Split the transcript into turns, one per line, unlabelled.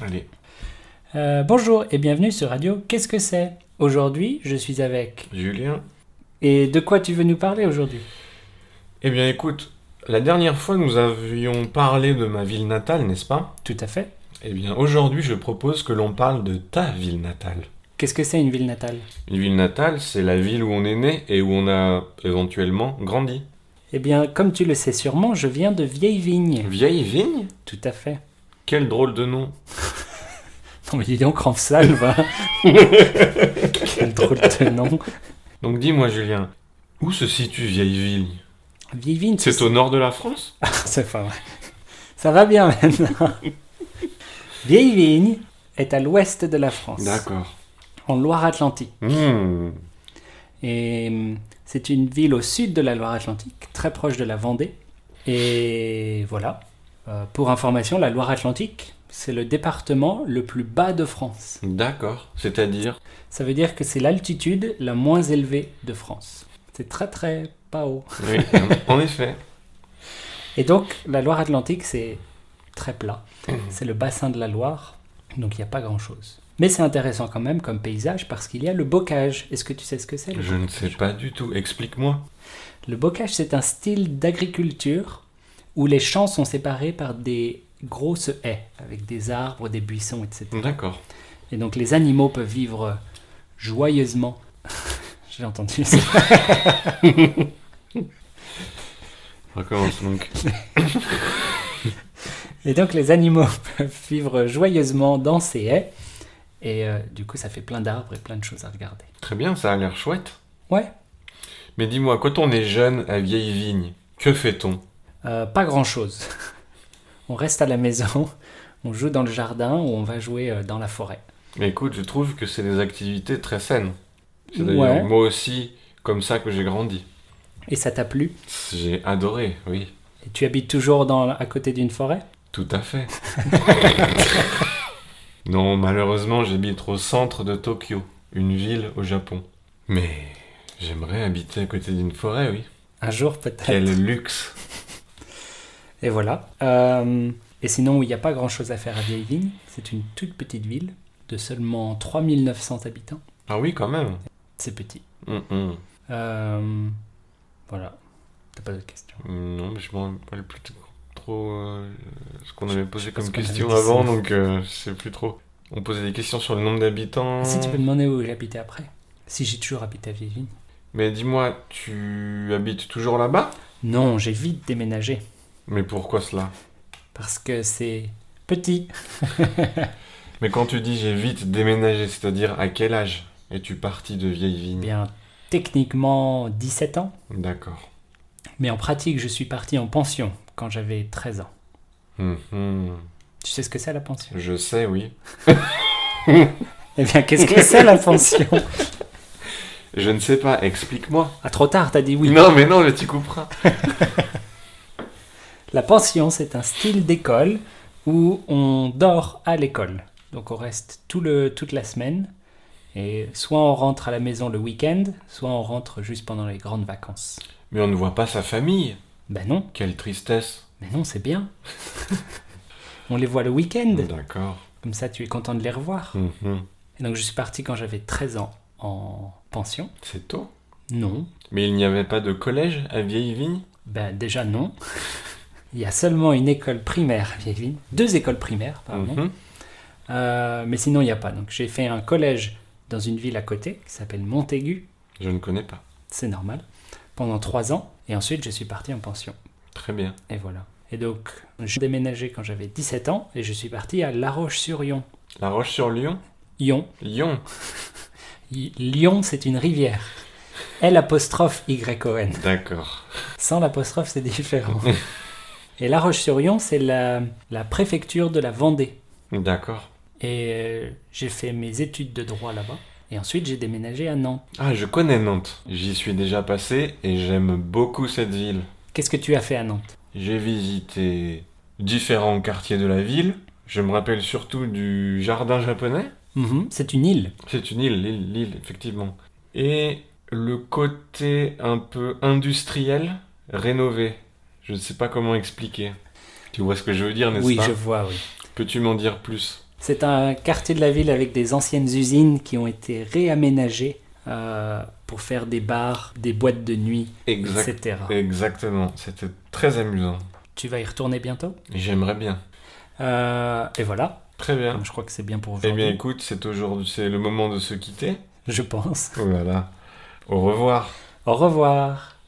Allez.
Euh, bonjour et bienvenue sur Radio Qu'est-ce que c'est Aujourd'hui, je suis avec.
Julien.
Et de quoi tu veux nous parler aujourd'hui
Eh bien, écoute, la dernière fois, nous avions parlé de ma ville natale, n'est-ce pas
Tout à fait.
Eh bien, aujourd'hui, je propose que l'on parle de ta ville natale.
Qu'est-ce que c'est une ville natale
Une ville natale, c'est la ville où on est né et où on a éventuellement grandi.
Eh bien, comme tu le sais sûrement, je viens de Vieille Vigne.
Vieille vigne
Tout à fait.
Quel drôle de nom
Non mais dis donc, Rampsal, va Quel drôle de nom
Donc dis-moi, Julien, où se situe Vieille Vigne
Vieille Vigne, tu
C'est au nord de la France
C'est pas vrai. Ça va bien maintenant. Vieille Vigne est à l'ouest de la France,
D'accord.
en Loire-Atlantique.
Hmm.
Et hum, c'est une ville au sud de la Loire-Atlantique, très proche de la Vendée. Et voilà. Euh, pour information, la Loire-Atlantique, c'est le département le plus bas de France.
D'accord. C'est-à-dire
Ça veut dire que c'est l'altitude la moins élevée de France. C'est très très pas haut.
Oui, en effet.
Et donc, la Loire-Atlantique, c'est très plat. C'est le bassin de la Loire, donc il n'y a pas grand-chose. Mais c'est intéressant quand même comme paysage parce qu'il y a le bocage. Est-ce que tu sais ce que c'est le
Je ne sais pas du tout. Explique-moi.
Le bocage, c'est un style d'agriculture où les champs sont séparés par des grosses haies, avec des arbres, des buissons, etc.
D'accord.
Et donc les animaux peuvent vivre euh, joyeusement. J'ai entendu ça.
Recommence donc.
Et donc les animaux peuvent vivre joyeusement dans ces haies. Et euh, du coup, ça fait plein d'arbres et plein de choses à regarder.
Très bien, ça a l'air chouette.
Ouais,
Mais dis-moi, quand on est jeune à vieille vigne, que fait-on
Euh, pas grand chose. On reste à la maison, on joue dans le jardin ou on va jouer euh, dans la forêt.
Mais Écoute, je trouve que c'est des activités très saines. C'est d'ailleurs
Ouais.
moi aussi comme ça que j'ai grandi.
Et ça t'a plu
J'ai adoré, oui.
Et tu habites toujours dans, à côté d'une forêt
Tout à fait. non, malheureusement, j'habite au centre de Tokyo, une ville au Japon. Mais j'aimerais habiter à côté d'une forêt, oui.
Un jour peut-être.
Quel luxe.
Et voilà. Euh, et sinon, il n'y a pas grand-chose à faire à Vieille Vigne. C'est une toute petite ville de seulement 3900 habitants.
Ah oui, quand même.
C'est petit.
Hum, hum.
Euh, voilà. T'as pas d'autres questions
Non, mais je me rappelle plus t- trop euh, ce qu'on
Je-
avait posé
pense
comme
qu'on avait
question
dit ça.
avant, donc euh, je sais plus trop. On posait des questions sur le nombre d'habitants.
Si tu peux demander où j'habitais après. Si j'ai toujours habité à Vieille Vigne.
Mais dis-moi, tu habites toujours là-bas
Non, j'ai vite déménagé.
Mais pourquoi cela
Parce que c'est petit.
Mais quand tu dis j'ai vite déménagé, c'est-à-dire à quel âge es-tu parti de vieille vigne
Eh Bien, techniquement 17 ans,
D'accord.
mais en pratique, je suis parti en pension quand j'avais 13 ans.
Hum, hum.
Tu sais ce que c'est la pension
Je sais, oui.
Eh bien, qu'est-ce que c'est la pension
Je ne sais pas, explique-moi.
Ah, trop tard, t'as dit oui.
Non, mais non, mais tu couperas.
La pension, c'est un style d'école où on dort à l'école. Donc, on reste tout le, toute la semaine. Et soit on rentre à la maison le week-end, soit on rentre juste pendant les grandes vacances.
Mais on ne voit pas sa famille.
Ben non,
Quelle tristesse.
mais non, c'est bien. on les voit le week-end,
D'accord.
comme ça tu es content de les revoir.
Hum, hum.
Et donc je suis parti quand j'avais 13 ans en pension.
C'est tôt.
Non.
Mais il n'y avait pas de collège à Vieille Vigne
Ben déjà non. Il y a seulement une école primaire à Vieilleville. Deux écoles primaires, pardon.
Mhm.
Euh, mais sinon, il n'y a pas. Donc j'ai fait un collège dans une ville à côté qui s'appelle Montaigu.
Je ne connais pas.
C'est normal. Pendant trois ans. Et ensuite, je suis parti en pension.
Très bien.
Et voilà. Et donc, j'ai déménagé quand j'avais 17 ans et je suis parti à La Roche-sur-Yon.
La Roche-sur-Lyon
Yon.
Lyon
Y- Lyon, c'est une rivière. L apostrophe Y-O-N.
D'accord.
Sans l'apostrophe, c'est différent. Et La Roche-sur-Yon, c'est la, la préfecture de la Vendée.
D'accord.
Et euh, j'ai fait mes études de droit là-bas. Et ensuite, j'ai déménagé à Nantes.
Ah, je connais Nantes. J'y suis déjà passé et j'aime beaucoup cette ville.
Qu'est-ce que tu as fait à Nantes
J'ai visité différents quartiers de la ville. Je me rappelle surtout du jardin japonais.
Mhm, C'est une île.
C'est une île, l'île, l'île, effectivement. Et le côté un peu industriel, rénové. Je ne sais pas comment expliquer. Tu vois ce que je veux dire, n'est-ce
Oui,
pas
je vois, oui.
Peux-tu m'en dire plus
C'est un quartier de la ville avec des anciennes usines qui ont été réaménagées euh, pour faire des bars, des boîtes de nuit,
Exact-
etc.
Exactement, c'était très amusant.
Tu vas y retourner bientôt
Et J'aimerais bien.
Euh, Et voilà.
Très bien.
Je crois que c'est bien pour
Ah. Eh
aujourd'hui.
bien écoute, c'est aujourd'hui, c'est le moment de se quitter.
Je pense.
Oh là là. Au revoir.
Au revoir.